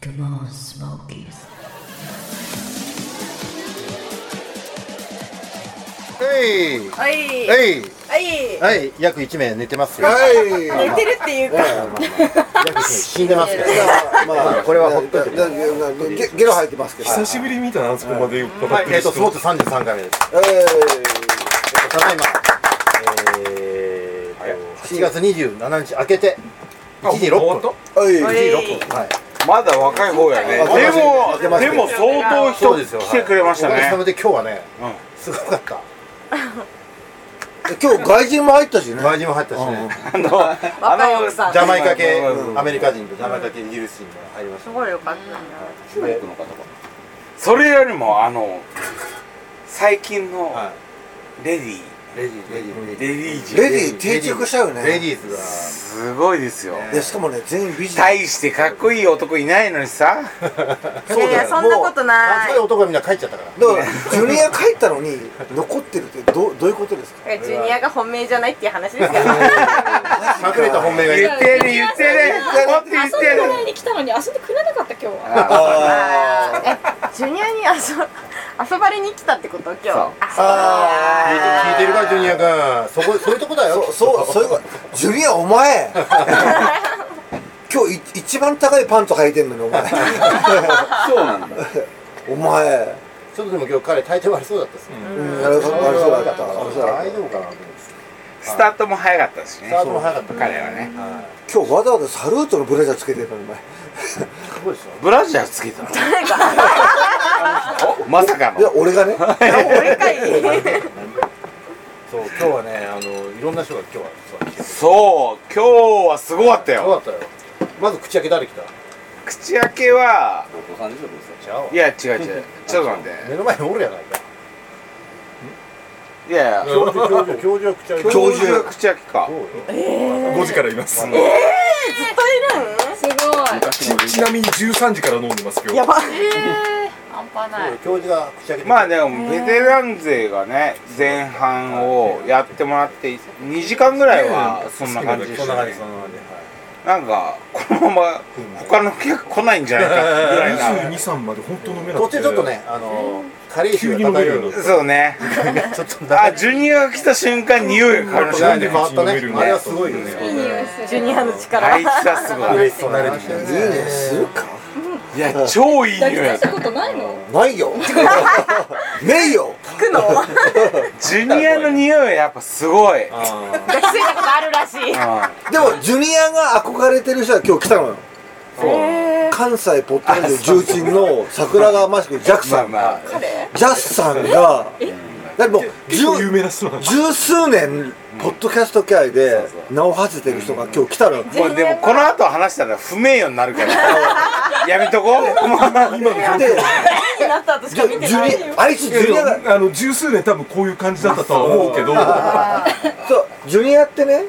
Come on, Smokies. Hey! はい。 Hey! はい。はい、約1名寝てますよ。はい。寝てるっていうか、約1名死んでますよ。まあこれはほっといてくださいゲゲロ吐いてますけど。久しぶりに見たな、あそこまで語はっい、てえるっと、人。スモーツ33回目です。えただいま、えーと、7月27日明けて、1時6分。本ー、は1い。時6分。はい。当まだ若い方やねあそうですねでもでも相当そう人ですよ来てくれましおたかげさねまで今日はねうん、すごかった。今日外人も入ったしね。外人も入ったしね、あの若い奥さん。ジャマイカ系う、んアメリカ人とジャマイカ系イギリス人が入りましすごいよかったね。た。でそれよりもあの最近のはレディいレディー、レディー、レーディーレディーレディ陣ー定着したよね。レディーズすごいですよねでしかもね全員美人。大してかっこいい男いないのにさいやいや、そんなことが、あなそいこで。男がみんな帰っちゃったから。だからジュニア帰ったのに残ってるってどうどういうことですか。ジュニアが本命じゃないっていう話ですけど。隠れた本命がいる言ってる言ってるもっと言って遊んでるないに来たのに遊んでくれなかった今日はあーえ、ジュニアに遊遊ばれに来たってこと今日。そう聞いてあ聞いてるかジュニアがそこそういうとこだよそうそうそういうこと。ジュニアお前。今日い一番高いパンツ履いてんのにお前。そうなんだお前。ちょっとでも今日彼体調悪そうだったっすねうんあれあれそうだった。あれそうだっ大た丈夫かなと思ってスタートも早かったしねスタートも早かった彼はね今日わざわざサルートのブレザーつけてるのにお前。すごいでしょブラジャーつけたの おまさかいやの俺がね。ー俺かい。そう今日はねあのいろんな人が今日はそう来てそう今日はすごかったそうよだったよまず口開け誰来た口開けはじゃいや違う違うちょっと待って目の前におるやないかいやいや教授教授教授は口開け教授が口開けかそうよ5時からいます。すごちちなみに13時から飲んでます、今日。ば。いへえ半端ない教授が口開けてまあでもベテラン勢がね前半をやってもらって2時間ぐらいはそんな感じでそしんなた感じねそんな感じはいなんかこのまま他の客来ないんじゃないかぐらい22、3まで本当飲めな途くて。中ちょっと。ねあのカレー臭が漂うなそうねちょっとあジュニアが来た瞬間匂いが変わりましなたんでね変わったね飲めるねあれはすごいよいいね匂いするジュニアの力。あいつはすごい嬉しそうな話だよいいねするか。いや超いい匂抱いき出だっしたたことないのないよ。ねえよ。ジュニアの匂いはやっぱすごい抱きついたことあるらしい。あでもジュニアが憧れてる人は今日来たのよ関西ポッドラジオ重鎮の桜川マシクジャクさまあん、まあジャスさんがだってもう結構有十名な人なんです。十数年ポッドキャスト界で名を馳せてる人が今日来たのよもうでもこの後話したら不名誉になるから やめとこう今の状況でになった私ジか見ュてジないよュニアあいつジュニアがいやあの十数年多分こういう感じだったとは思うけどそうジュニアってね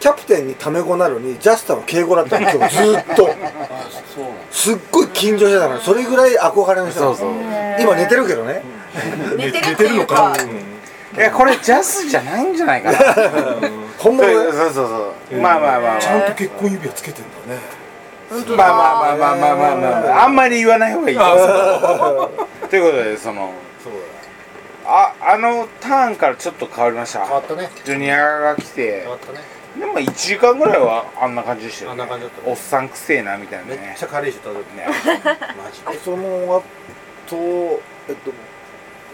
キャプテンにタメ語なのにジャスさんは敬語だったの今日ずーっとすっごい緊張してたのよそれぐらい憧れの人なそのう そう今寝てるけどね寝てるっていうか寝てるのいやこれジャスじゃないんじゃないかな本そ物うだそようそうそうまあまあまあまあちゃんと結婚指輪つけてんだねまあまあまあまあまあまあまああんまり言わない方がいいということでそのそうだああのターンからちょっと変わりまし変わたったねジュニアが来て変わったねでも1時間ぐらいはあんな感じでしたよ、ね、あんな感じだったおっさんくせえなみたいなめっねちゃカレー臭漂ってねマジでその後、えっと、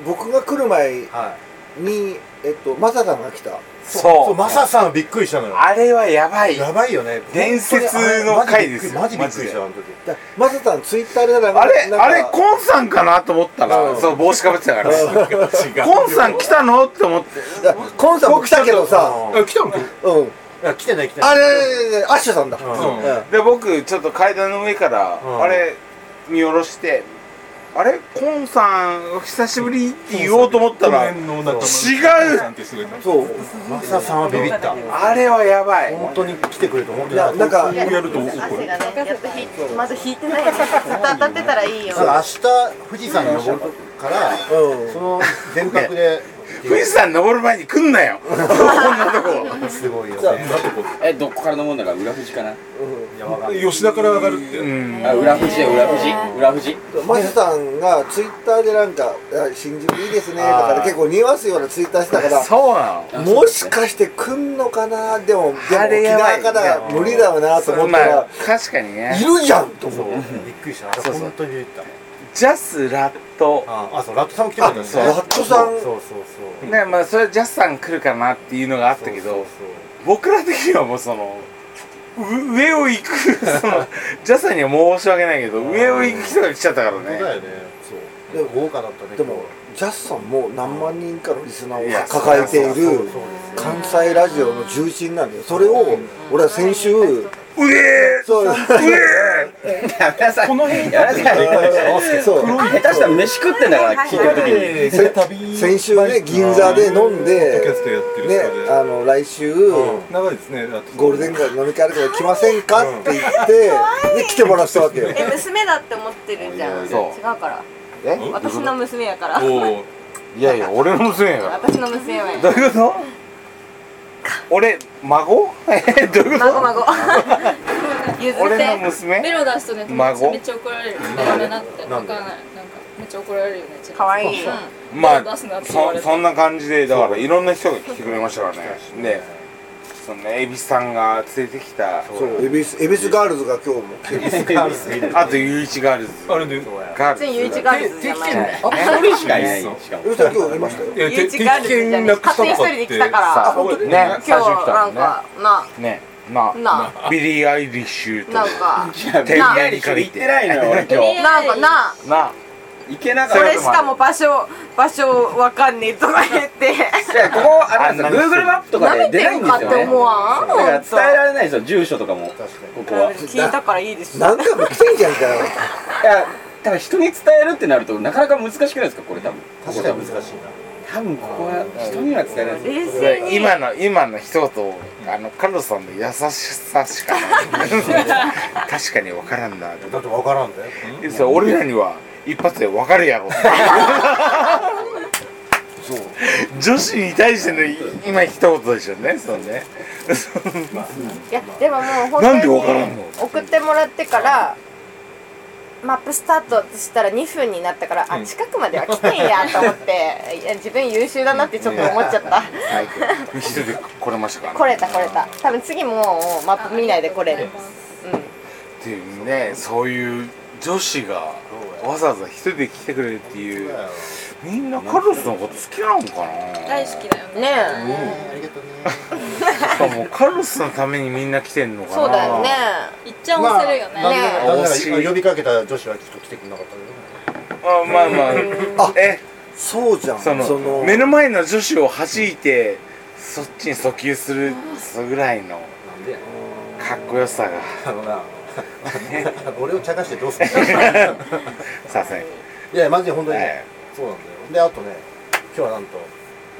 僕が来る前はいに、えっと、マサさんが来た。そうマサさんびっくりしたのよあれはやばいやばいよね伝説の回ですよマジびっくりしたあの時だマサさん、ツイッターでなんかあれなんかあれコンさんかなと思ったら、うんそう帽子かぶってたからコンさん来たのって思っていやコンさんも来たけどさ、あ来たのうん。いや来てない来てないあれ、アッシュさんだ。うんんで僕ちょっと階段の上から、うんあれ見下ろしてあれコンさんお久しぶりって言おうと思ったら公園の違う仲間コンさんって人がいましそう。マサさんはビビったあれはやばい本当に来てくれると本当いや、にななんんかか、たこうやると怒汗るがね、やっとひまず引いてないね。ずっと当たってたらいいよ。明日富士山に登るからうんその全角で富士山登る前に来んなよこんなとこすごいよじゃねえどこからのもんだから裏富士かなやゃわかんない吉田から上がるって、うんあ裏富士だよ裏富士裏富士マシさんがツイッターでなんかいや「新宿いいですね」とかで結構匂わすようなツイッターしてたからそうなあもしかして来んのかなでもでもあれ沖やばい縄から無理だよなと思のったまあら確かにねいるじゃんと思ってびっくりしたそうそう本当に言ったジャスラットああそうラットさんも来てくれたんですねあラットさそんうそうそうねまあそれはジャスさん来るかなっていうのがあったそうけそうど僕ら的にはもうそのう上を行くそ のジャスさんには申し訳ないけど上を行く人が来ちゃったからそうそうだねよねそう豪華だったねでもジャスさんも何万人かのリスナいーやを抱えていそうそうでるすよ関西ラジオの重鎮なんだよそれを俺は先週うえそうやめなさいこの辺やめなさいそう下手したら飯食ってんだから聞いてる時にえー旅先週ね銀座で飲んポッドキャでストやってるね人であの来週長いですねあとゴールデン街飲み会あるから来ませんかって言ってで来てもらったわけよえ娘だって思ってるじゃんそう違うからえ私の娘やからおーいやいや俺の娘やから私の娘は どういうこと俺孫 えどういうこ孫と孫譲っ俺のてベ娘ロ出すとね友達めっちゃ怒られるダメなってわかんないなんかめっちゃ怒られるよね可愛いまベロあ出すなって言わそれてそんな感じでだからいろんな人が来てくれましたからねでそのね恵比寿さんが連れてきたそう恵比寿恵比寿ガールズが今日も来てあとゆういちガールズあれでガールズ別にゆういちガールズじゃない一人しかいないしかも恵比寿さん今日いましたよいやゆういてちガール鉄ズじゃ拳ないなくし勝た手にと一人で来かってたからさあね最初今来日たなのんねかなねななビリー・アイリッシュとなんかいや店名に行限っっててないのよ俺今日なんかなな行けなかそったれしかも場所場所わかんねえとか言っていやここあれなんですよ Google マップとかなでめ出てないんるですかっよねて思わんだか本ら伝えられないですよ住所とかもここは当聞いたからいいです何回も来てんじゃんかよいやただ人に伝えるってなるとなかなか難しくないですかこれ多分確かに難しいな多分ここは人には伝えられない冷静でに今の今の一言あのカルロスさんの優しさしかない確かに分からんなだって分からんだよそれ俺らには一発で分かるやろそう女子に対しての今一言でしょうねそうねいやでももう本なんでわから当んにの送ってもらってからマップスタートしたら2分になったから、あ近くまでは来てんやと思っていや自分優秀だなってちょっと思っちゃった一人で来れましたからね来れた来れた多分次もマップ見ないで来れるっていうねそういう女子がわざわざ一人で来てくれるっていうみんなカルロスのこと好きなのかな大好きだよねねありがとうねしかもカルロスのためにみんな来てんのえかなそうだよねいっちゃん押せるよね、まあなんねでなんで呼びかけた女子はきっと来てくれなかったけどねあまあまあえそうじゃんその目の前の女子を弾いてそっちに訴求するそぐらいのなんでやかっこよさがあのな 俺を茶化してどうす るいさせんやマジで本当にはねいそうなんだよであとね今日はなんと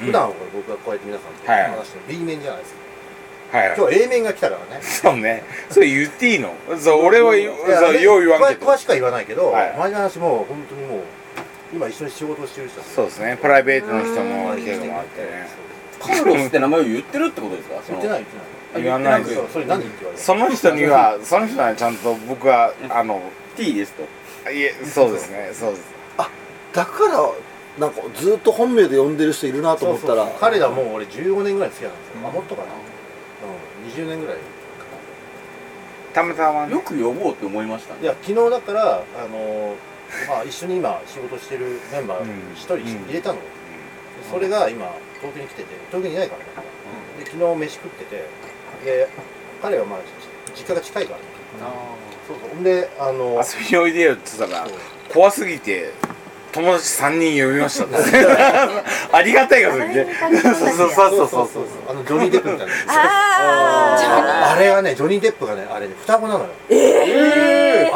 普段はこれ僕がこうやって皆さんとはい話してる B 面じゃないですかはい今日は A 面が来たからねそうねそれ言っていいのそう俺は言ういやそうでよう言わんけど詳しくは言わないけどはい前の話もう本当にもう今一緒に仕事をしてる人たちそうですねプライベートの人も来てもらってねカルロスって名前を言ってるってことですかそ言のってない言っ言わないてでないそれ何って言われたその人にはその人にはちゃんと僕はあの T ですといえそうですねそうですだからなんかずっと本名で呼んでる人いるなとそう思っそたうら彼らもう俺15年ぐらい付き合いなんですよあもっとかなうん20年ぐらいたまたまねよく呼ぼうって思いましたいねや昨日だからあのーまあ一緒に今仕事してるメンバうーん一人入れたの、それが今東京に来てて東京にいないからね、で昨日飯食っててで彼はまあ実家が近いからねそうそうほんであのー遊びにおいでよって言ったらそう怖すぎて友達三人呼びましたってありがた いことにねそうそうそうそうそうあのジョニー・デップみたいなあーあれがねジョニー・デップがねあれね双子なのよ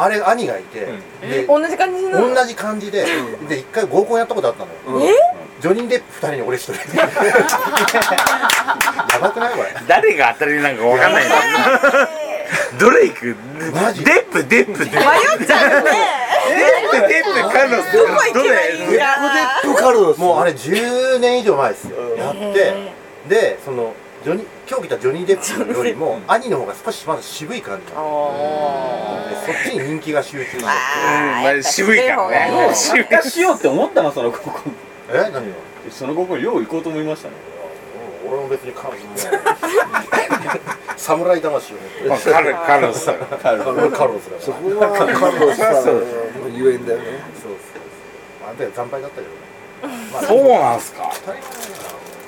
あれ兄がいて、で同じ感じなの同じ感じで、で一回合コンやったことあったのよ、ジョニー・デップ二人に俺一人や ばくないこれ誰が当たりなんかわかんないんだどれ行くマジデップデップデップデップデップ迷っちゃうねカルロスどこ行けばいいんどれだプカルロスもうあれ10年以上前ですよ、やってでそのジョニー今日来たジョニー・デップよりも兄の方が少しまだ渋い感じなんでそっちに人気が集中しててうんまあ渋いからねよう出荷しようって思ったなその高校え何よその高校よう行こうと思いましたね俺も別に彼 女も侍魂をねまあ、カルカルロスだから俺カルロスだからそこは感動したのゆえんだよねそうそうそうあんたより惨敗だったけどね、まあ、そうなんすか当たり前だ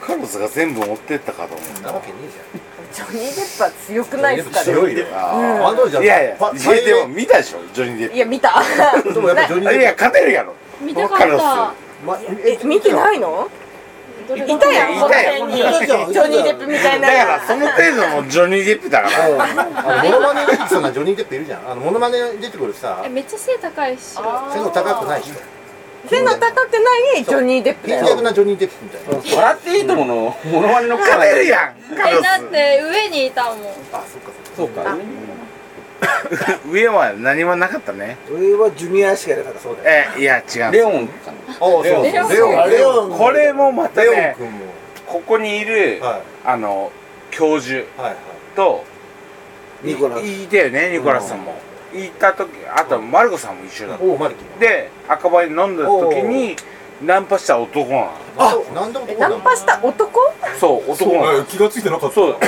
カルロスが全部持ってったかと思ななわけねえジョニー・デップは強くないですかジョニーデップ強いねよああのじゃうあいやいやパいやでも見たでしょジョニー・デッいや見たじゃんでもやっぱジョニープいデやップ勝てるやろ見たかカルロっまえ見てないのたいたやんこの辺にいジたョニー・デップみたいだかならその程度のジョニー・デップだからあのモノマネ出てきそうなジョニー・デップいるじゃんあのモノマネ出てくるさえめっちゃ背高いっしょあ背の高くない人背の高くないジョニー・デップだ貧よ弱なジョニー・デップみたいな笑っていいとものモノマネの勝てるやんカえルロだって上にいたもんあそっかそっかそうかス上は何もなかったね俺はジュニアしかいなかったそうだよえいや違うレオンかあそうそうレオンレオンあレオンこれもまたレオンね君もここにいるはあの教授いはいはいとニコラスいいたよねニコラスさんもいた時あとマルコさんも一緒だったおおマルキーで赤羽で飲んだ時にナンパした男なのあなんでもえこナンパした男そうそう男なえの気がついてなかったそうだね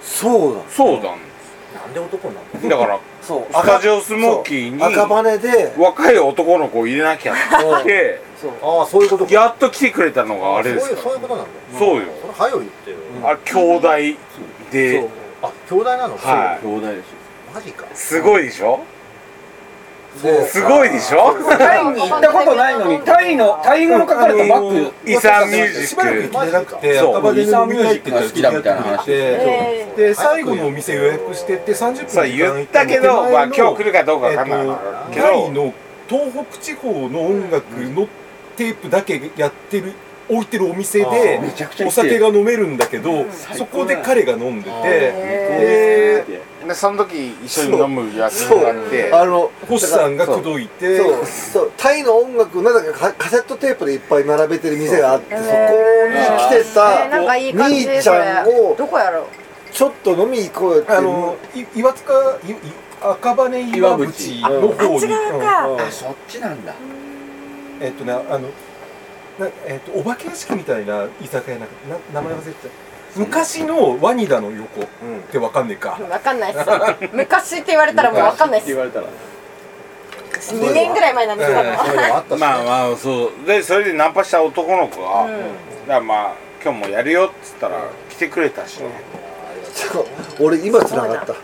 そうだそうだねなんで男になるのだからそうスタジオスモーキーに赤羽で若い男の子を入れなきゃってそうああそういうことかやっと来てくれたのがあれでそういすうかそういうことなんだらそうよそれ早い言ってよあ兄弟であ兄弟なのは兄弟ですマジかすごいでしょそうすごいでしょタイに行ったことないのにタイのタイ語の書かれたバッグイサンミュージしばらく行ッってなくてそう赤羽で飲みに行ってたら好きだみたいな話でえで最後のお店予約してって30分クさ言ったけどまあ今日来るかどうかわえかっんないとけタイどの東北地方の音楽のテープだけやってる置いてるお店でめちゃくちゃお酒が飲めるんだけどそこで彼が飲んでてででその時一緒に飲むやつがあってあの星さんが口説いてそうそうタイの音楽をなんだかカカセットテープでいっぱい並べてる店があってそこに来てえなんかたいい感じ兄ちゃんそれをどこやろうちょっと飲み行こうよってあのい岩塚いい赤羽岩淵のあ方違にううんかあそっちなんだえっとねあのなえっとお化け屋敷みたいな居酒屋なんかな名前忘れてた昔のワニダの横ってわかんねえかわかんないっす昔って言われたらもうわかんないっって言われたらす2年ぐらい前なんです多分そういうのもあったしまあまあそうでそれでナンパした男の子が、だからまあ今日もやるよっつったら来てくれたしね、 ちょっと俺今繋がった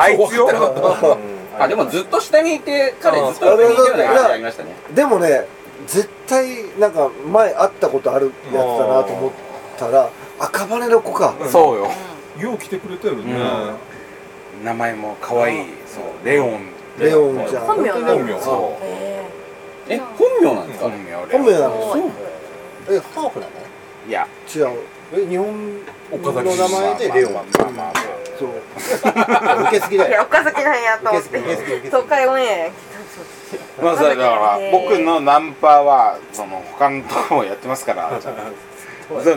あいつよあでもずっと下にいて彼ずっと下にいてような感じありましたねでもね絶対なんか前会ったことあるやつだなと思ったら赤羽の子かそうよよう来てくれたよねうん名前も可愛いそうレオンレオンちゃん本名な本の名そうええ本名なんですか本名レオ本ン名なーのそうえハーフなのいや違うえ日本岡崎の名前でレオンまあまあまあまあそう 受けすぎだい やよ岡崎なんやと思って受け付け受け付け東海オンエまあそれだからへー僕のナンパはその他のとこもやってますからそう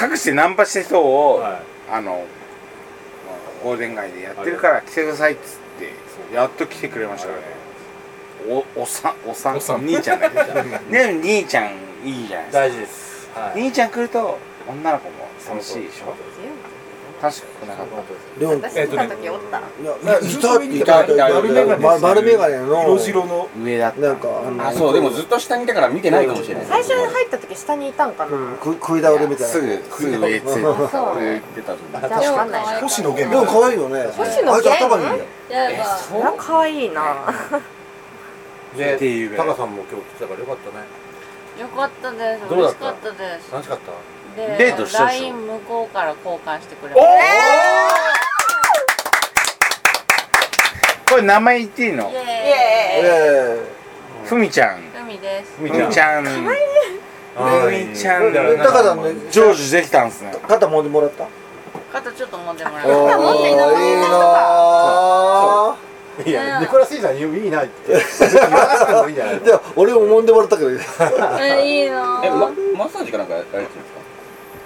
隠してナンパした人を、はいあのまあゴールデン街でやってるから来てくださいっつってやっと来てくれましたからねおおさんおさんおさん兄ちゃんだけど ね兄ちゃんいいじゃないですか大事ですはい兄ちゃん来ると女の子も寂しいでしょ楽しくなかったレオン私見た時おったいやいたっていたたいた丸眼鏡ま丸眼鏡の色白の上だったなんかあのあそうでもずっと下にいたから見てないかもしれない最初に入った時下にいたんかなうんく食い倒れみたいなすぐすぐ上ついてそう俺言ってたぞじゃあわかんない星野源でも可愛いよね星野源あいつ頭いいよやばあ可愛いなでっていうぐらいタカさんも今日来てたからよかったねよかったです。どう美だっ味したかったです。楽しかったで、デートしたでしょ LINE 向こうから交換してくれおましこれ名前言っていいのた。イイエエえふみちゃんーイ。海です。ふみちゃんふみちゃんだえだからね成就できたんすね肩揉んでもらった肩ちょっと揉んでもらいおまーいいなぁいやニコラス・イさん言う意味ないって言わなくてもいいんじゃ ないのじゃあ俺も揉んでもらったけどいいなえぁまマッサージかなんかやられてるんですか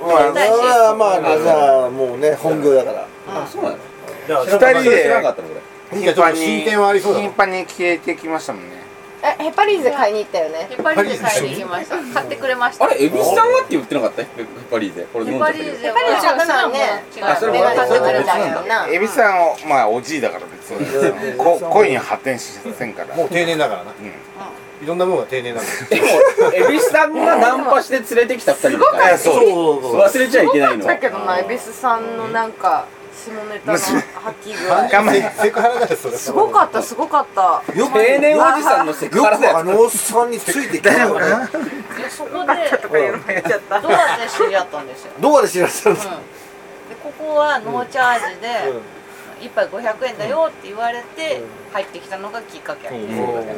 まあ、絶対しまあ、まあ、じゃあ、もうね、本業だから。あ、そうなのだ二人それ知でらなかったのこれ。いやちょっと進展はありそうだな頻繁に消えてきましたもんねえヘパリーゼ買いに行ったよねヘパリーゼ買いに行きました買ってくれましたあれ、エビスさんはって言ってなかったヘパリーゼ。これ飲ヘんじゃパったけリどー。ゼヘパリーゼは買ったのね違うあそれメもガあネかけてたやんな蛭子さんをまあおじいだから別にうんこ恋に発展しませんからもう定年だからなうんいろんなものが定 年なんだでも、エビスさんがナンパして連れてきた二人みたいな。そうそうそう忘れちゃいけないの。だけどな恵比寿さんのなんか下ネタの吐き具合完全にセクハラだよそれすごかったすごかったよく、定年おじさんのセクよハラだくあよ。のおっさんについてきたよね。そこでどうやって知り合ったんですよ、どこで知らせたんうん、ですでかここはノーチャージで一杯500円だよって言われて入ってきたのがきっかけ、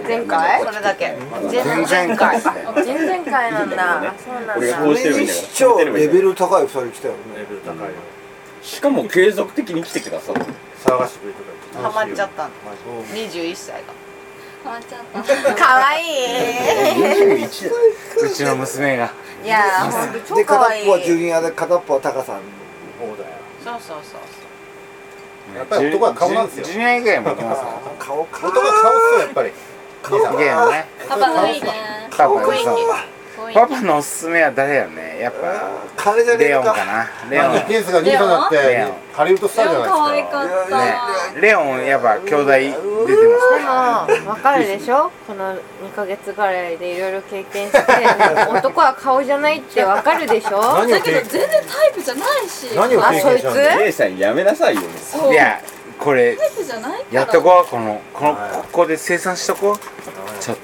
前回それだけ全 然回ですね全然買えなんだあそうなん俺だがこうしてそればれにしちゃレいいんだから。ベル高い二人来たよね。レベル高いよしかも継続的に来てくださる。騒がしてくれてたハマっちゃったのマジ21歳が変わっちゃった可愛い21だよ。うちの娘がいやーほんと超で、片可っ愛ぽはジュいニアで片っぽはタカさん。そうだよそうそうそうやっぱり男は顔なんですよジュニア以外もいけますか顔か。男が顔っすよやっぱりらいけるよねパパのいいねパパの雰囲気そうパパのおすすめは誰やねやっぱ彼じゃねえレオのンかか。なレレオオンン一定数が兄さんだっレてオンハリウッドスターじゃ可な愛いですかかったねレオンやっぱ兄弟出てますかうんわかるでしょこの2ヶ月ぐらいでいろいろ経験して男は顔じゃないってわかるでしょ何をだけど経全然タイプじゃないし何をあ経そ験いしつたんだよ姉さんやめなさいよ。そういタやこれイプじゃないからやっとこうこのこのはいここで生産しとこうちょっ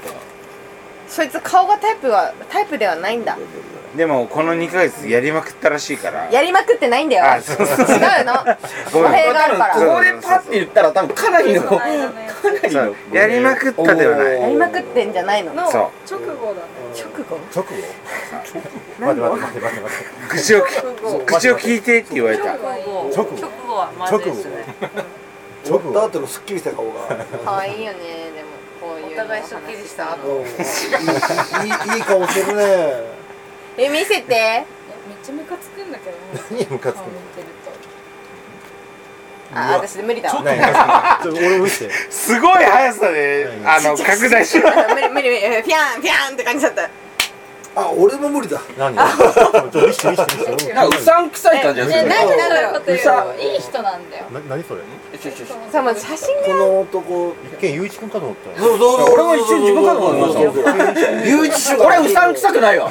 そいつ顔がタイプはタイプではないんだとでもこの2ヶ月やりまくったらしいからやりまくってないんだよあそうそう違うのご語めん弊があるからここでパッて言ったら多分かなりの、そうかだよなねりの。やりまくったではないやりまくってんじゃないののそ直う後だね直後直後待って待って待って待って待って愚痴を直後愚痴を聞いてって言われた直後直後はまずいですね直終後わった後のスッキリした顔が。可愛いよねでもこういうお互いすっきりした後うんいいいい顔してるね。え見せてえめっちゃムカつくんだけど何ムカつく顔の見てるとあ私無理だわ何ムカつくのちょっと俺も見せてすごい速さであの拡大します無理無理無理えピャンピャンって感じだったあ、俺も無理だ。何ちょっと見せて見せて見せてなんかうさんくさい感じがすえるね。なんでそういうこと嘘言うのいい人なんだよな何それちょちょちょさあまず写真この男。一見雄一君かと思ったよそうそうそう俺も一瞬自分からも思いましたた。ゆういち氏これうさんくさくないわ。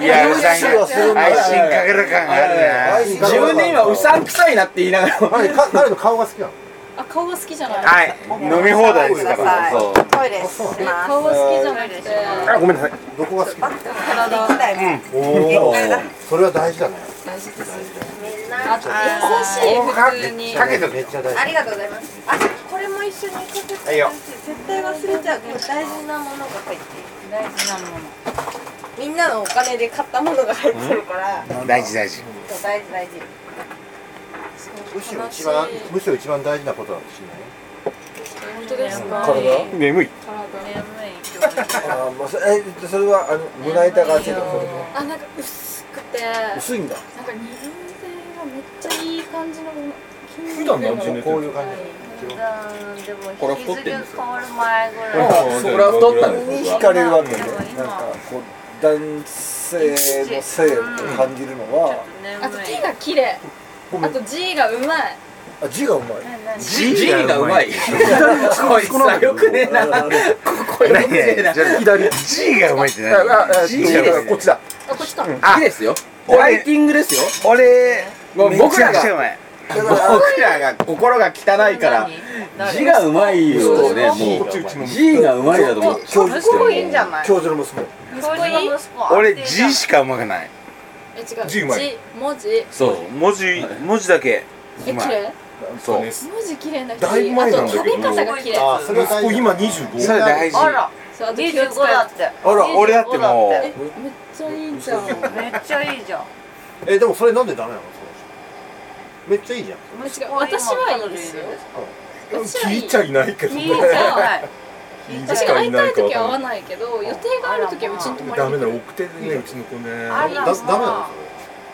いやうさん愛心はするんだ愛心かける感がある愛ね心自分で今うさんくさいなって言いながら。彼か彼の顔が好きなのあ顔が好きじゃないはい飲み放題ですかくださらいそうトイレします顔が好きじゃなくてあごめんなさいどこが好きなの体おおそれは大事だね大事ですみんあなと優しい普通にかけとけめっちゃ大事ありがとうございますあこれも一緒に行かせていいよ絶対忘れちゃうこれ大事なものが入って大事なものるみんなのお金で買ったものが入ってるから大事大事大事大事むしろ一番むしろ一番大事なことなんですね本当ですか体眠い眠い気持ちあー、まあ、そえそれはあの胸板がついてるそれねあなんか薄くて薄いんだなんか二分性がめっちゃいい感じの筋普肉段何時寝てこるういう感うんでこれも引太きっずてりるん変ですよわる前ぐらいそれは太ったんですに惹僕は。かれるわけねなんでも今かこう男性の性を感じるのはあと眠い T が綺麗あと G がうまいあ字がうまいジジーがうまい。こいつはよくねえな。ここよくねえな。左 G がうまいって何 G がこっちだあこっちかあ、いいですよ。俺ライティングですよ。俺もう僕らめちゃくちゃうがまい僕らが心が汚いから。字がうまいよね。もうこっちうちの字がうまいだと思う。教息子もいいんじゃない教授の娘俺 G しかうまくないえ違う字うまい文字えそう。文字文字だけ綺うまい麗そう文字綺麗な人だいぶ前あなんとだけど食べ方が綺麗あそれは大息子事今25それ大事あらそうあと気を25使だうってあら俺だってもえめっちゃいいじゃんめっちゃいいじゃんえでもそれなんでダメなのめっちゃいいじゃん私が私はいいですよう聞いちゃいないけどね聞いちゃ聞い私ちがゃ会いたい時は会わわいないけど予定がある時はうちに泊まりダにメ来だる奥手でねうちの子ねあだダメらなの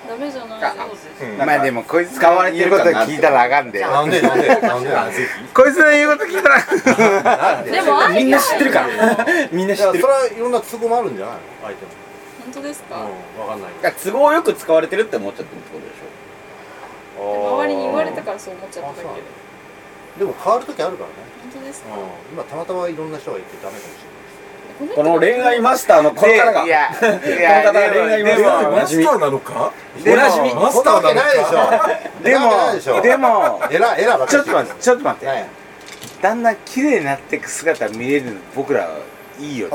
ダメじゃないそうでですす。まあでもこいつが言うこと聞いたらあかんでなんでなんでなんでなんでこいつの言うこと聞いたらあかんでもあみんりな知ってるから。みんない知やそっれてる。はいろんな都合もあるんじゃないの相手も本当ですか、うんわかんないけど都合よく使われてるって思っちゃってるってことでしょ。周りに言われたからそう思っちゃっただけででも変わる時あるからね本当ですか、うん今たまたまいろんな人がいてダメかもしこの恋愛マスターのこの方がい。やいこのや方が恋愛マでスターものおなマじスみタ。ーなのかでもおなじみ。マスれタないーなのかそんなわけ ないでしょそんなわけないででしょもでもエラエラばっか ちょりっと待ってちょっと待ってねだんだん綺麗になっていく姿見れるの僕らいいよね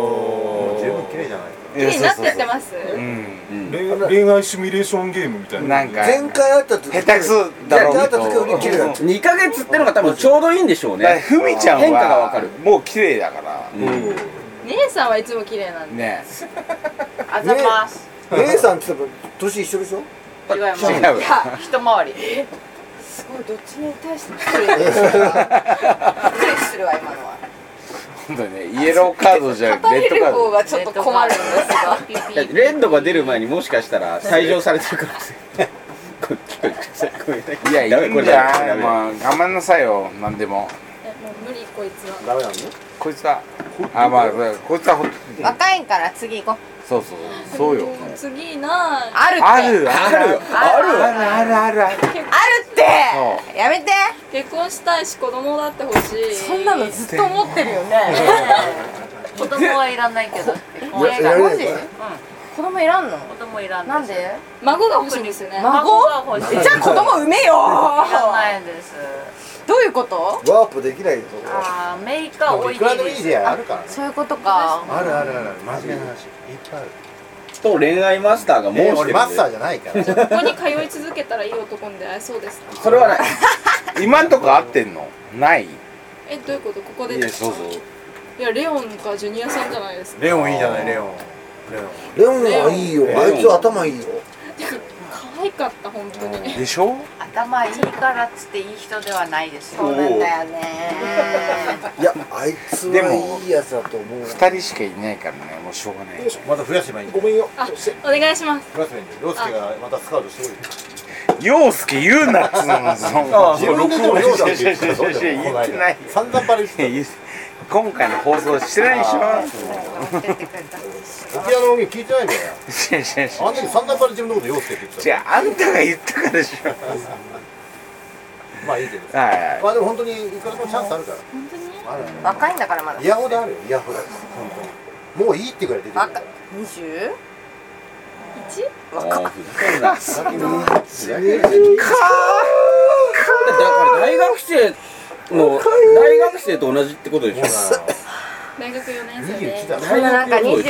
もう十分綺麗じゃないか気になってってますうん恋恋愛シミュレーションゲームみたいななんか前回会った時下手くそだろ前回う会った時より綺麗だった2ヶ月ってのが多分ちょうどいいんでしょうだからね。ふみちゃんは変化がわかるもう綺麗だからうん姉さんはいつも綺麗なんでねあざます。姉さんって多分年一緒でしょ違いま違す。うよ一回り。すごいどっちに対して失礼です失礼するわ今のは本当にねイエローカードじゃなく答レえッドるカー方ドがちょっと困るんですががレッドが出る前にもしかしたら退場されてるかもしれない。これこれこれいやいダメいこんれじダメゃこれなダいメまあ頑張んなさいよなんでもえもう無理こいつはダメなのこいつはあまあこいつはほっ若いから次行こうそうそうそうよ次ないあるってあるあるああるあるあるるあるあるってやめて結婚したいし子供だってほしいそんなのずっと思ってるよね子供はいらないけど。お前やがるマよジ子供いらんの子供いらない。なんで孫が欲しいんですよね孫が欲しい。えじゃあ子供産め よいらないです。どういうことワープできないよああ、メーカーよ多いいくらでもいいでです。やるからねそういうことかあるあるあるある真面目な話いっぱいあると恋愛マスターがもうえーして俺るマスターじゃないからじゃあここに通い続けたらいい男に出会えそうですかそれはない今んとこ合ってんのないいえどういうことここでやそうそういやレオンかジュニアさんじゃないですかレオンいいじゃないレオンレオンレオンはいいよあいつ頭いいよ可愛かった本当にでしょ頭いいからっつっていい人ではないですよ。そうなんだよねいやあいつでもはいいやつだと思う二人しかいないからねもうしょうがないまた増やせばいいんだごよめんよあお願いします増やせばいいんだよ凌介がまたスカウトしてくるよ陽介言うなっつうのその自分ででも凌介って言ってたぞいやいやいやいや言ってない散々バレてたよ今回の放送してないでし沖縄の音源聞いてないんだよょ違う違う違うあん時散々バレ自分のこと陽介って言ってじたよゃああんたが言ったからでしょまあいいけどはいまあでも本当にいくらでもチャンスあるから本当にあるある若いんだからまだイヤホであるよイヤホで本当にもういいってぐらい出てくるか若ら 20? 一ああふざけんなだから大学生の大学生と同じってことでしょ大学四年生で21だでもなんか21で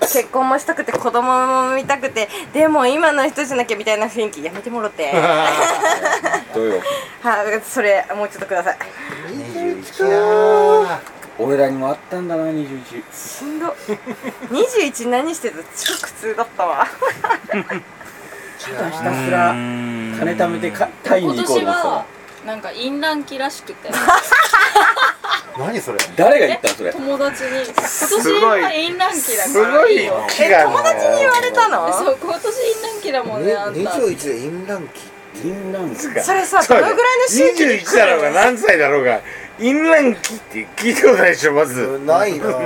結婚もしたくて子供も産みたくてでも今の人じゃなきゃみたいな雰囲気やめてもろ てはどうよいそれもうちょっとください俺らにもあったんだな21しんど21何してた超苦痛だったわひたすら金貯めてかタイ今に行こう年と思ってたはらなんかインラン期らしくて何それ誰が言ったんそれ友達に今すごい年はインラン期だすからごいいいよ気が友友達に言われた のそう今年インラン期だもんねあんた21でインラン期銀なんですかそれさどのぐらいの周期で21だろうが何歳だろうがインラン期って聞いたことないでしょまずないなまあ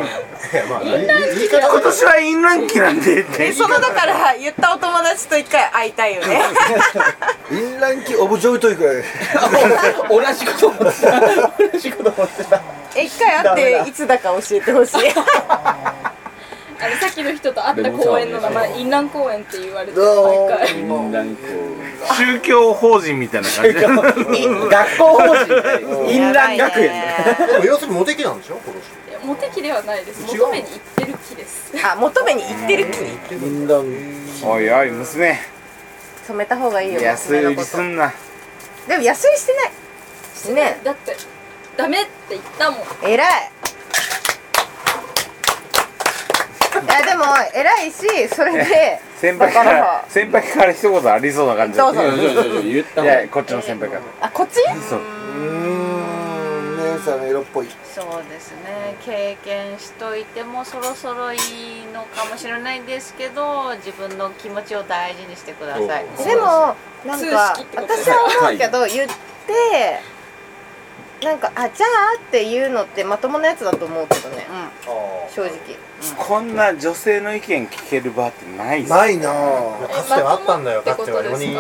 言い言い方今年はインラン期なんでってえそのだから言ったお友達と一回会いたいよねインラン期オブジョイトイくらい同じこと思ってた同じこと思ってたえ 一回会っていつだか教えてほしい あのさっきの人と会った公園の名前インラン公園って言われてどう毎回銀なんこ宗教法人みたいな感じう学校法人銀蘭学園だやばいねでも要するにモテ期なんでしょ今いやモテ期ではないです違う求めに行ってる期ですあ求めに行ってる年言ってるインランおいおい娘染めた方がいいよ安売娘のりことすんなでも安いしてないねだってダメって言ったもん偉いい やでも偉いしそれで先輩かだからら先輩から一言ありそうな感じだどうぞいやいやいや言っいた方がいやいこっちの先輩からあこっちそううーんねンサーの色っぽいそうですね経験しといてもそろそろいいのかもしれないですけど自分の気持ちを大事にしてくださいでもなんか通識ってこと私は思うけど言ってなんかあじゃあっていうのってまともなやつだと思うけどねあー正直こんな女性の意見聞ける場ってないっすないなぁかつてはあったんだよ、かつては4人、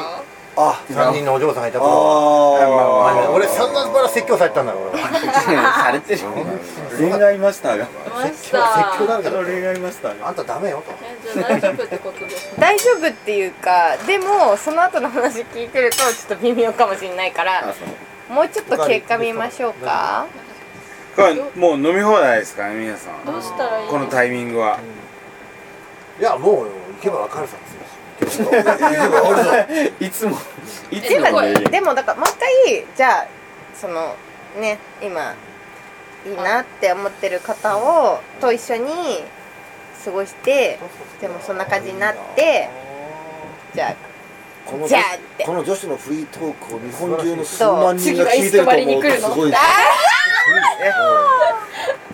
あ3人のお嬢さんがいたあ頃ああ俺、散々から説教されたんだから、俺説されてる恋愛マスターがマスタ教説教ーだらけだった恋愛マスターがあんたダメよと。えじゃあ大丈夫ってことですね大丈夫っていうかでもその後の話聞いてるとちょっと微妙かもしれないからもうちょっと結果見ましょうかこれもう飲み放題ですからね皆さんどうしたらいいこのタイミングは、いや、もう行けばわかるさですよ。いつもいっていつうもねかでもだからもう一回じゃあそのね今いいなって思ってる方をと一緒に過ごしてでもそんな感じになってじゃこのあじゃあってこの女子のフリートークを日本中の数万人が聞いてるそう次とはいつ泊まりに思う来るとのすごいあ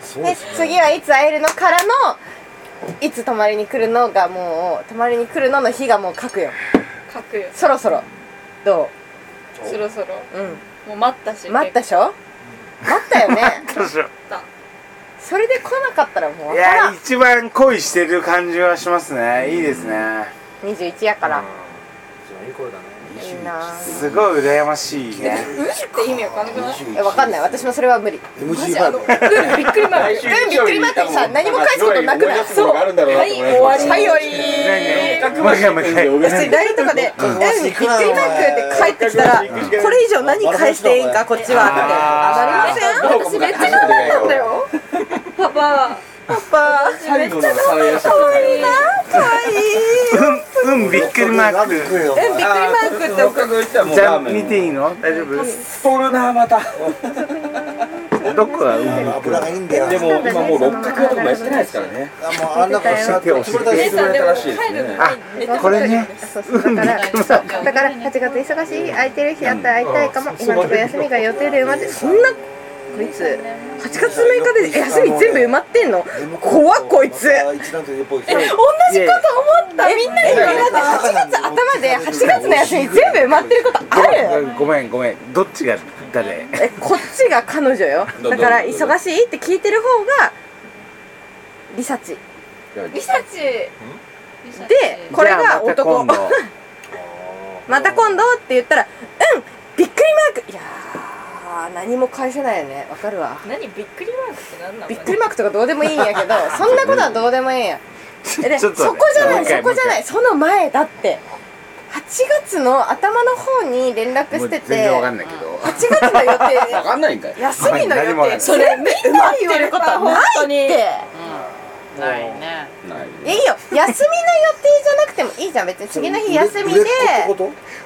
そうでですね次はいつ会えるのからのいつ泊まりに来るのがもう泊まりに来るのの日がもう書くよ書くよそろそろどそろそろううもう待ったしん待ったでしょ待ったよねたそれで来なかったらもうい分かやらん一番恋してる感じはしますねいいですね21やからいい声だね。いいなすごい羨ましいねうんって意味わかんなくないえわかんない私もそれは無理 MG5 うんびっくりマークうんびっくりマークにさ何も返すことなくないそうがあるんだ ろうなはっいて終思いまわしりたはい終わもう一回りもう一回普通に LINE とかで「うんびっくりマーク」って返ってきたらこれ以上何返していいんかこっちはってなりませ私んめっちゃ頑張ったんだよパパパパ最後のサメヤシ可愛いな可愛いうんうんびっくりマークうんびっくりマークって六角行ったらもうじゃあラーメン見ていいの大丈夫です太るなまたどこがうん油がいいんだよでも今もう六角とかやってないですからねあもうあんなことしちゃって手をしてくれたらしいですねあこれねそうそうだからそうだから8月忙しい空いてる日あったら会いたいかも今のとこ休みが予定で埋まってそんなこいつ8月6日で休み全部埋まってんの怖っこいつあ一段と横行き同じこと思ったみんなに言われて8月頭で8月の休み全部埋まってることあるごめんごめんどっちが誰えこっちが彼女よだから忙しいって聞いてる方がリサチリサチでこれじゃあがまた男今度また今度って言ったらうんびっくりマークいやー何も返せないよねわかるわ何びっくりマークって何なのびっくりマークとかどうでもいいんやけどそんなことはどうでもいいんやで、ちそょっとねこじゃなもうい一そ回こじゃないその前だって8月の頭の方に連絡もうして全て然わか8んないけど月の予わ定かんないんかい休みの何も予な定いそれみんなに言われることはないってないねないいやいいよ休みの予定じゃなくてもいいじゃん別に次の日休みで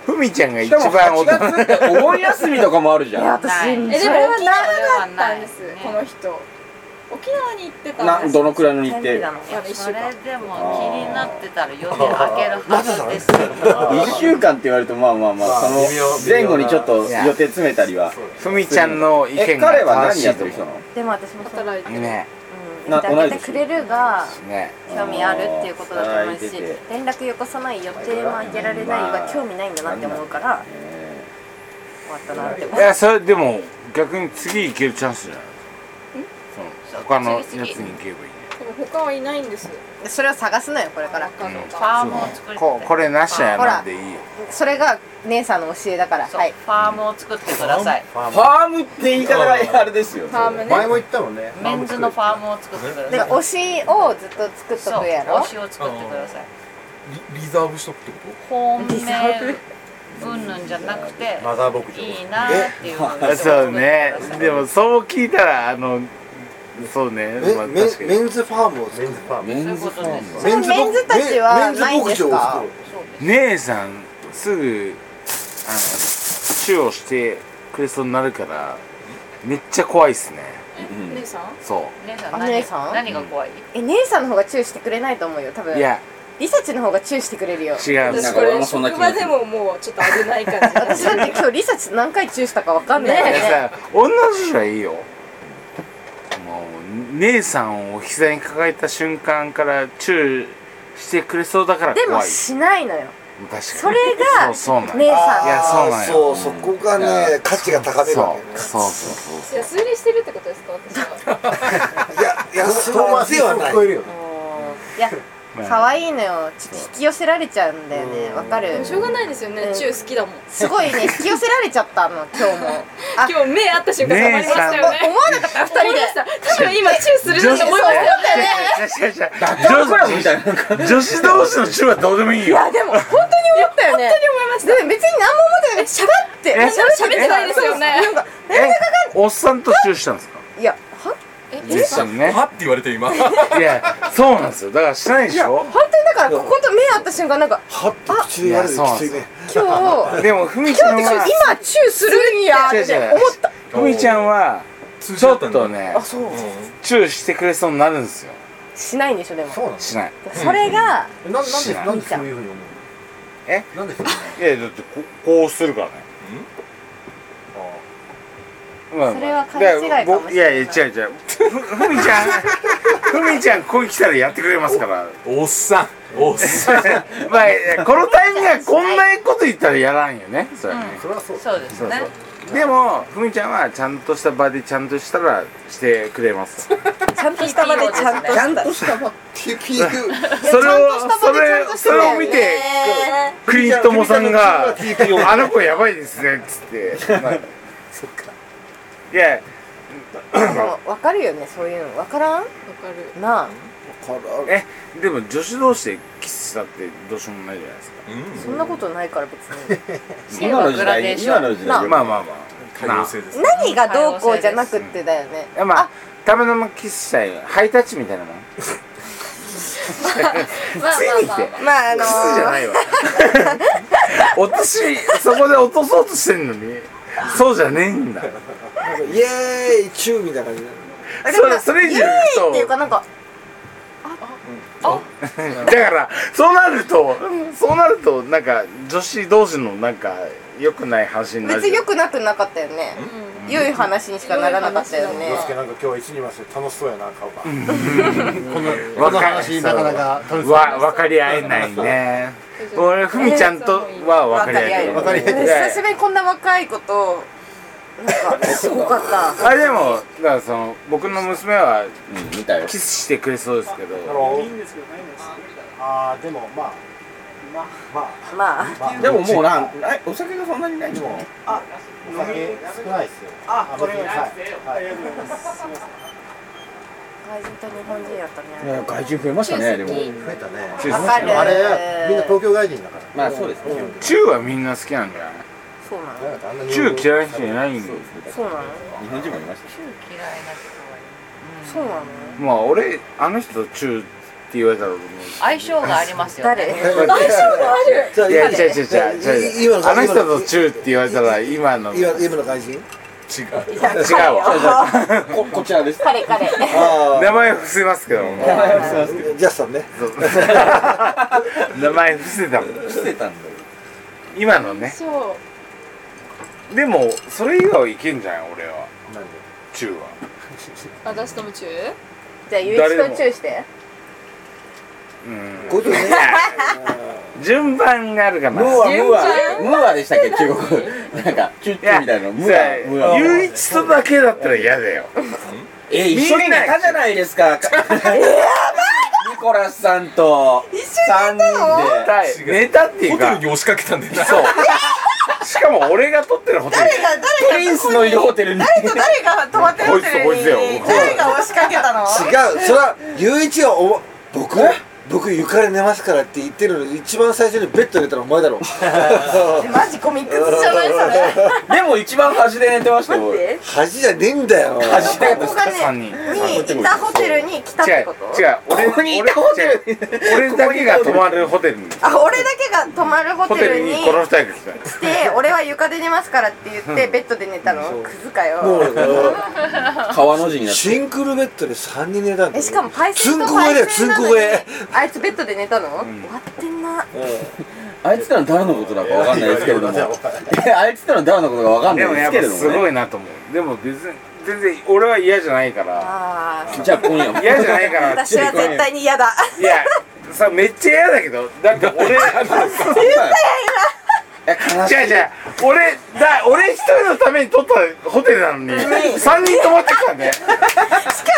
ふみちゃんが一でも番8男月ってお盆休みとかもあるじいやゃん私そないれはえでも沖な縄だったんです、ねこの人沖縄に行ってたんなですどのくらいの日程天気だもんや一そ週れ間でも気になってたら予定開けるはずです1週間って言われるとまあまあまあその前後にちょっと予定詰めたりはふみちゃんの意え見が彼は正何しやいってると思人なのでも私もそう、働いてるねうん、な開けてくれるがね興味あるっていうことだと思うあーし働いてて連絡よこさない予定も開けられないは興味ないんだなって思うから終わったなって思いやそれでも逆に次行けるチャンスじゃないその他のやつに行けばいいねでも他はいないんですうそれを探すのよこれから他のフがァームを作りここれなしはやらんでいいよそれが姉さんの教えだからそう、はいファームを作ってくださいファームって言い方があれですよファームね前も言ったもんね。メンズのファームを作ってくだだかさいら推しをずっと作っそうとくやろ推しを作ってくださいリリザーブしとくってこ本リサー命うんぬんじゃなくてマザー牧場。いいなーっていうのをそうねでもそう聞いたらあのそうねメまあンメ確かンメにンズファームを作メるンズファーム。メンズファームれメンズたちはメンズ牧場を作る姉さんすぐあのチューをしてくれそうになるからめっちゃ怖いっすね姉さんそ姉さん姉さん何何が怖いえ姉さんの方がチューしてくれないと思うよ多分ういやリサチの方がチューしてくれるよ違うんですなん私こか俺れもそんな気持職ち場でももうちょっと危ない感じ 私だって今日リサチ何回チューしたかわかんないよいやねさ女女子はいいよ姉さんを膝に抱えた瞬間からチューしてくれそうだからでも怖いしないのよ確かにそれがそうそうなん姉さんいやそうなんやそうそこがね価値が高めるわけねそうそういや素振りしてるってことですか私 はいやそうではないいやまあ可愛いのよちょっと引き寄せられちゃうんだよねわかでるもしょうがないですよね、チュー好きだもんすごいね引き寄せられちゃったの 今日も今日目合った瞬間止まりましたよね思わなかった二人で確かに今チューするなって思いましたよね違う違う女子女子同士のチューはどうでもいいいよやでも本当に思ったよね本当に思いましたでも別に何も思ってないしゃべってえ喋ってないですよねえおっさんとチューしたんですかいやは絶対ねはって言われて今いやそうなんですよだからしないでしょ本当にだからここと目合った瞬間なんかはっと口で言われるきついね今日でもふみちゃ今ん日っては今チューするんやって思ったふみちゃんは通ちょっとねあそうチューしてくれそうになるんですよしないんでしょでもそうなんですしないそれがえななん知でらんなんでそういうふうに思うのえなんでそういうふうにいやだってここうするからね思うのまあまあそれは勘違いかもしれないだらぼいやいや違う違うふ ふみちゃんふみちゃんここに来たらやってくれますからおっさんおっさん まあいやこのタイミングでこんなこと言ったらやらんよねそれはねあーそれはそうそうですねでもふみちゃんはちゃんとした場でちゃんとしたらしてくれ ますちゃんとしたまでちゃんとしたそれをそれそれを見てクリントモさんが「あの子やばいですね」っつって、まあ、そっかいやでも分かるよねそういうの分からんわかるなあからえでも女子同士でキスしたってどうしようもないじゃないですかそんなことないから別に今の時代今の時代よまあまあまあ多な様あ性 です何がどうこうじゃなくってだよねいやまあたまたまキスしたいハイタッチみたいなもんキスまあまあまあまああのじゃないわ 落としそこで落とそうとしてんのにそうじゃねえんだなんかイエーイチューみたいな感じだねそれそれ以上イエーイってい行うかなんかくとだからそうなるとそうなるとなんか女子同士のなんか良くない話になる別に良くなくなかったよね良い話にしかならなかったよね洋介なんか今日一人いますよ楽しそうやな顔がわこかの話なかなか楽しそうわ分かり合えないね俺ふみちゃんとは分かり合える分かり合える久しぶりにこんな若い子となんかすごかったあでもだからその僕の娘はうん見たよキスしてくれそうですけどいいんですけどああでもまあまあまあまあでももうなないお酒がそんなにないででももあお酒少ないですよあこれはいありがとうございます外人と日本人やったいやね外人増えましたねでも増えたねチュわーかるあれみんな東京外人だからまあそうですねチューはみんな好きなんじゃないそうなのチュー嫌いな人いねないんだそうなの日本人もいました嫌いな人がいるそうなのまあ俺あの人とチューって言われたら俺も相性がありますよ誰ねいやいや違う違う違うい違う今のあの人とチューって言われたら今の違う今今の外人わここちらです彼彼あ名前伏せますけどもあジャスさんね名前伏せたもん伏せたんだよ今のねそうでもそれ以外はいけんじゃん俺はなんでチューは私ともチューじゃあゆういちとチューしてうんこういうことね順番があるかなムーアムーアムーアでしたっけ中国なんかチュッチュみたいなのムーアムーア唯一とだけだったら嫌だよえ一緒に寝たじゃないですか。えニコラスさんと三人で。ネタっていうホテルかに押しかけたんだよな そうしかも俺が撮ってるホテルプリンスのいるホテルに。誰と誰が泊まってるホテルこいつこいつだよに誰が押しかけたの違うそれは雄一がお僕僕床で寝ますからって言ってるのに一番最初にベッドに寝たのお前だろマジコミックスじゃないそれでも一番端で寝てました待よっ。て恥じゃねえんだよ端で。ここがね三人にいたホテルに来たっ違てうこと違う俺ここにいたホテル違う俺だけが泊まるホテルにあ俺だけが泊まるホホテテルルにに来この二人が来たて俺は床で寝ますからって言ってベッドで寝たのクズかもよう川の字になって。シンクルベッドで3人寝たんだえよしかもパイセンつとんこ超えだよパイセンなのにつんこ超えあいつベッドで寝たの終わってんなあいつらの誰のことだかわかんないですけれどもいやいやいいやあいつらの誰のことかわかんでないもでやすっけぱれどもすごいねなと思うでも別に全然俺は嫌じゃないからあじゃあ今夜も嫌じゃないから私は絶対に 嫌だいやさめっちゃ嫌だけどだって俺違う違う俺だ俺一人のために取ったホテルなのに3人泊まってきたんでしか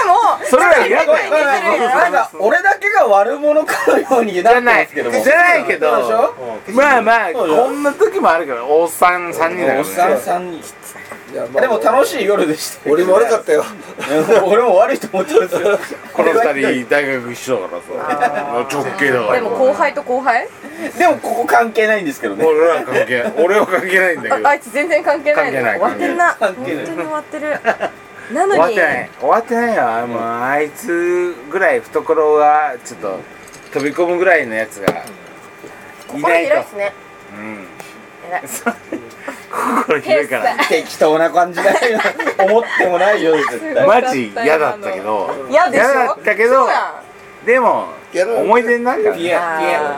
もそれは嫌だよなんか俺だけが悪者かのように言っじゃてなまいすじゃけどもないけどそうでしょまあまあそうでしょこんな時もあるけどおっさん3人だからねおっさんさんにいやまあでも楽しい夜でした俺も悪かったよた俺も悪いと思ってますよこの2人大学一緒だからさ直系だからでも後輩と後輩でもここ関係ないんですけどね俺は関係俺は関係ないんだけどああいつ全然関係ないの関係ない終わってんな本関係ない当に終わってるな終わのっにてない終わってないよあもうあいつぐらい懐がちょっと飛び込むぐらいのやつがい心な広いいとですねうん偉い 心広いから適当な感じだよ思ってもないよ絶対マジ嫌だったけど嫌でしょ嫌だったけどそうやでもやだ思い出になるからねいやいあやー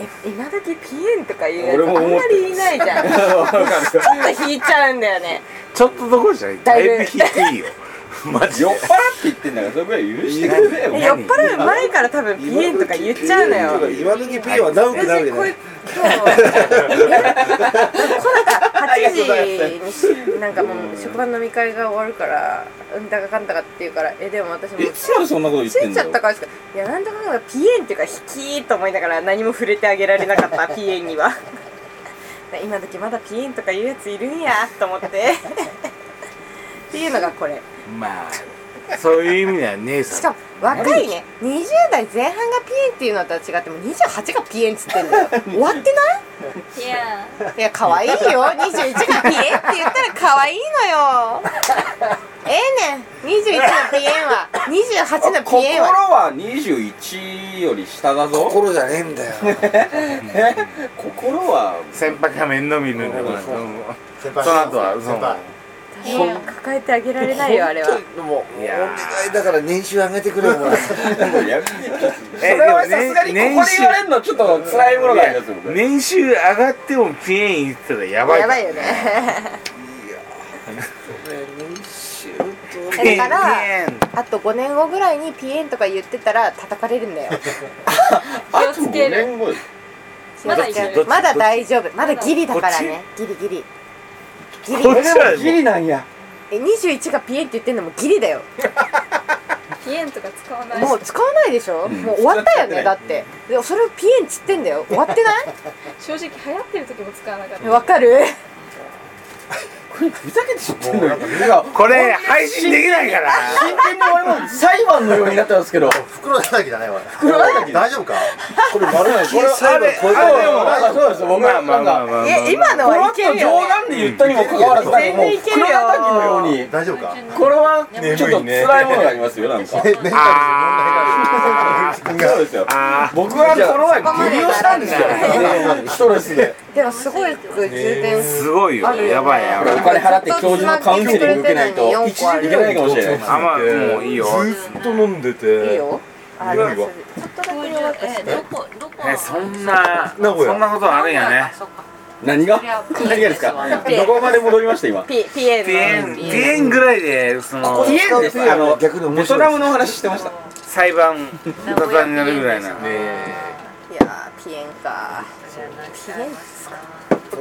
え今時ピエンとか言うやつ俺もあん思っまてり言いないじゃんち ょっと引いちゃうんだよねちょっとどころじゃないだだいいぶぶ低いよマジ酔っ払っでて言ってんだからそれぐらい許してくれよえ酔っ払う前から多分ピエンとか言っちゃうのよ今時 P は長くなる私じゃこなれい今日8時になんかも う職場の飲み会が終わるからうんだかかんだかっていうからえでも私もいつまでそんなこと言っつていんちだゃよったからですかいやなんとかがピエンっていうか引きと思いながら何も触れてあげられなかったピエンには 今時まだピエンとか言うやついるんやと思って っていうのがこれまあそういう意味では姉しさかんも若いね20代前半がピエンっていうのとは違ってもう28がピエンっつってん だよ終わってないいやいや可愛いよ21がピエンって言ったら可愛い のよええねん21のピエンは28の心ピエンはは21より下だぞ心じゃねえんだよ心は先輩が面倒見るんだから先その後はそ先輩のピエンを抱えてあげられないよあれは本当にもうおいやー願いだから年収上げてくれよもうやそえれはさすがにここで言われるのちょっと辛いものがありますよ僕年収上がってもピエン言ってたらやばいやからばいよね 年収ピエンだからピエンあと5年後ぐらいにピエンとか言ってたら叩かれるんだよ気をつけるあと五年後まだいけどっるちまだ大丈夫まだギリだからねギリギリギリこっちはギリなんやえ21がピエンって言ってんのもギリだよピエンとか使わないもう使わないでしょ、んもう終わったよね使だっってでそれをピエンっつってんだよ終わってない正直流行ってる時も使わなかったわかるこれふざけて知ってんのよいやこれ配信できないから真剣に俺も裁判のようになってますけど袋叩きだねおい袋叩き大丈夫かこれ丸焼これき裁判超えあれあたれよあそうです僕まなあんまあまあかまあいや今のポロはッいけるとよ冗ね談で言ったにもかかわらずもう全然いけるよ黒叩きのように大丈夫かこれは眠いねちょっと辛いものがありますよなんえかメンタルに問題があるそうですよあ僕はこの前下痢をしたんですよストレスででもすごい充電ーすすごいよやばいやおばい金払って教授のカウンセリング受けないと一時いけないかもしれないあまあもういいよずーっと飲んでていいよあいいでわもちょっとだけ弱くしてどこどこえそんな名古屋そんなことあるんやねそっか何がそりゃ何がですかピエンどこまで戻りました今ピピエンピエンのピエンぐらいでそのピエンですあの逆に面白いベトナムのお話してました裁判沙汰になるぐらいなピいやーピエンかピエンですか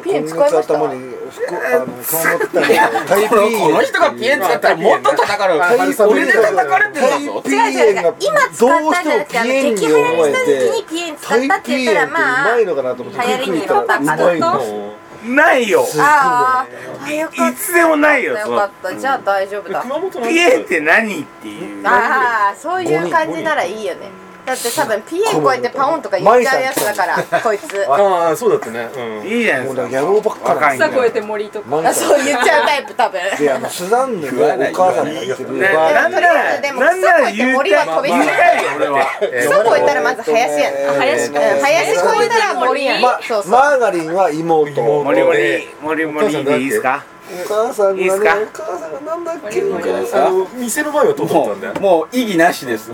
ピエン使今いま月した頭に服あのそう思ったらタイピこのこの人がピエン使ったらもっと叩かれる俺で叩かれてるんだぞタイピエンが今使どうっしたんじゃなくててあもピのエンに激流思行りえした時にてピエン使タったイっピて言エンっったてらうまあまいのかなと思って流行りに食いたらうまいのないよあーあよかっいつでもないよたよそかのったじゃあ大丈夫だ熊本のピエンって何っていうああそういう感じならいいよねだって多分ピエンこうやってパオンとか言っちゃうやつだから こいつああそうだったねいいじゃないもでうすだかから野郎ばっか若いなん草んだだ越えて森とかマあジそう言っちゃうタイプ多分であのスザンヌのお母さんが言ってるななんならでもなんなら言う森は飛び言い散るたいよ俺は草越えたらまず林やんえー林かえー林越えたら森やんまそうそうマーガリンは妹妹森森森森でいいですか母さんがねいいっすかお母さんがなんだっけいいんじゃないですかあの店の前は取っとったんだよもう意義なしです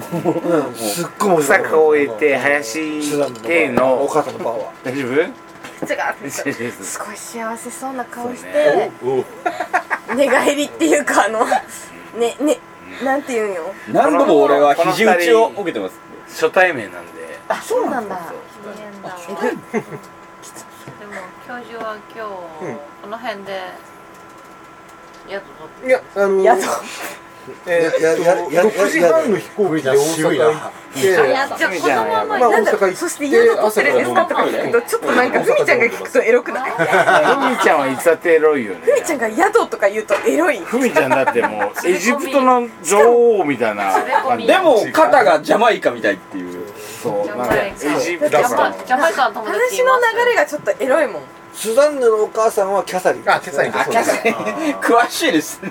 すっごい面白い草加を終えて林家のお母さんのパワー大丈夫口が大丈夫ですすごい幸せそうな顔して、おう寝返りっていうかあのねねなんて言うんよ何度も俺は肘打ちを受けてます初対面なんであそうなんだ見れんだわでも教授は今うん日この辺で宿取っていやあのやだえーっとややや6時半の飛行機で大渋い阪な行ってやじゃあこのまままあな大んだ阪行ってそして家の撮ってるんですかとか聞くとちょっとなんかふみちゃんが聞くとエロくないふみちゃんはいつだってエロいよねふみちゃんが宿とか言うとエロいふみちゃんだっても うエジプトの女王みたいな感じでも肩がジャマイカみたいっていう そうなんかエジプジトャマジャマイカの友達話いまのす流れがちょっとエロいもんスザンヌのお母さんはキャサリンあ今朝行ってそうだ詳しいですね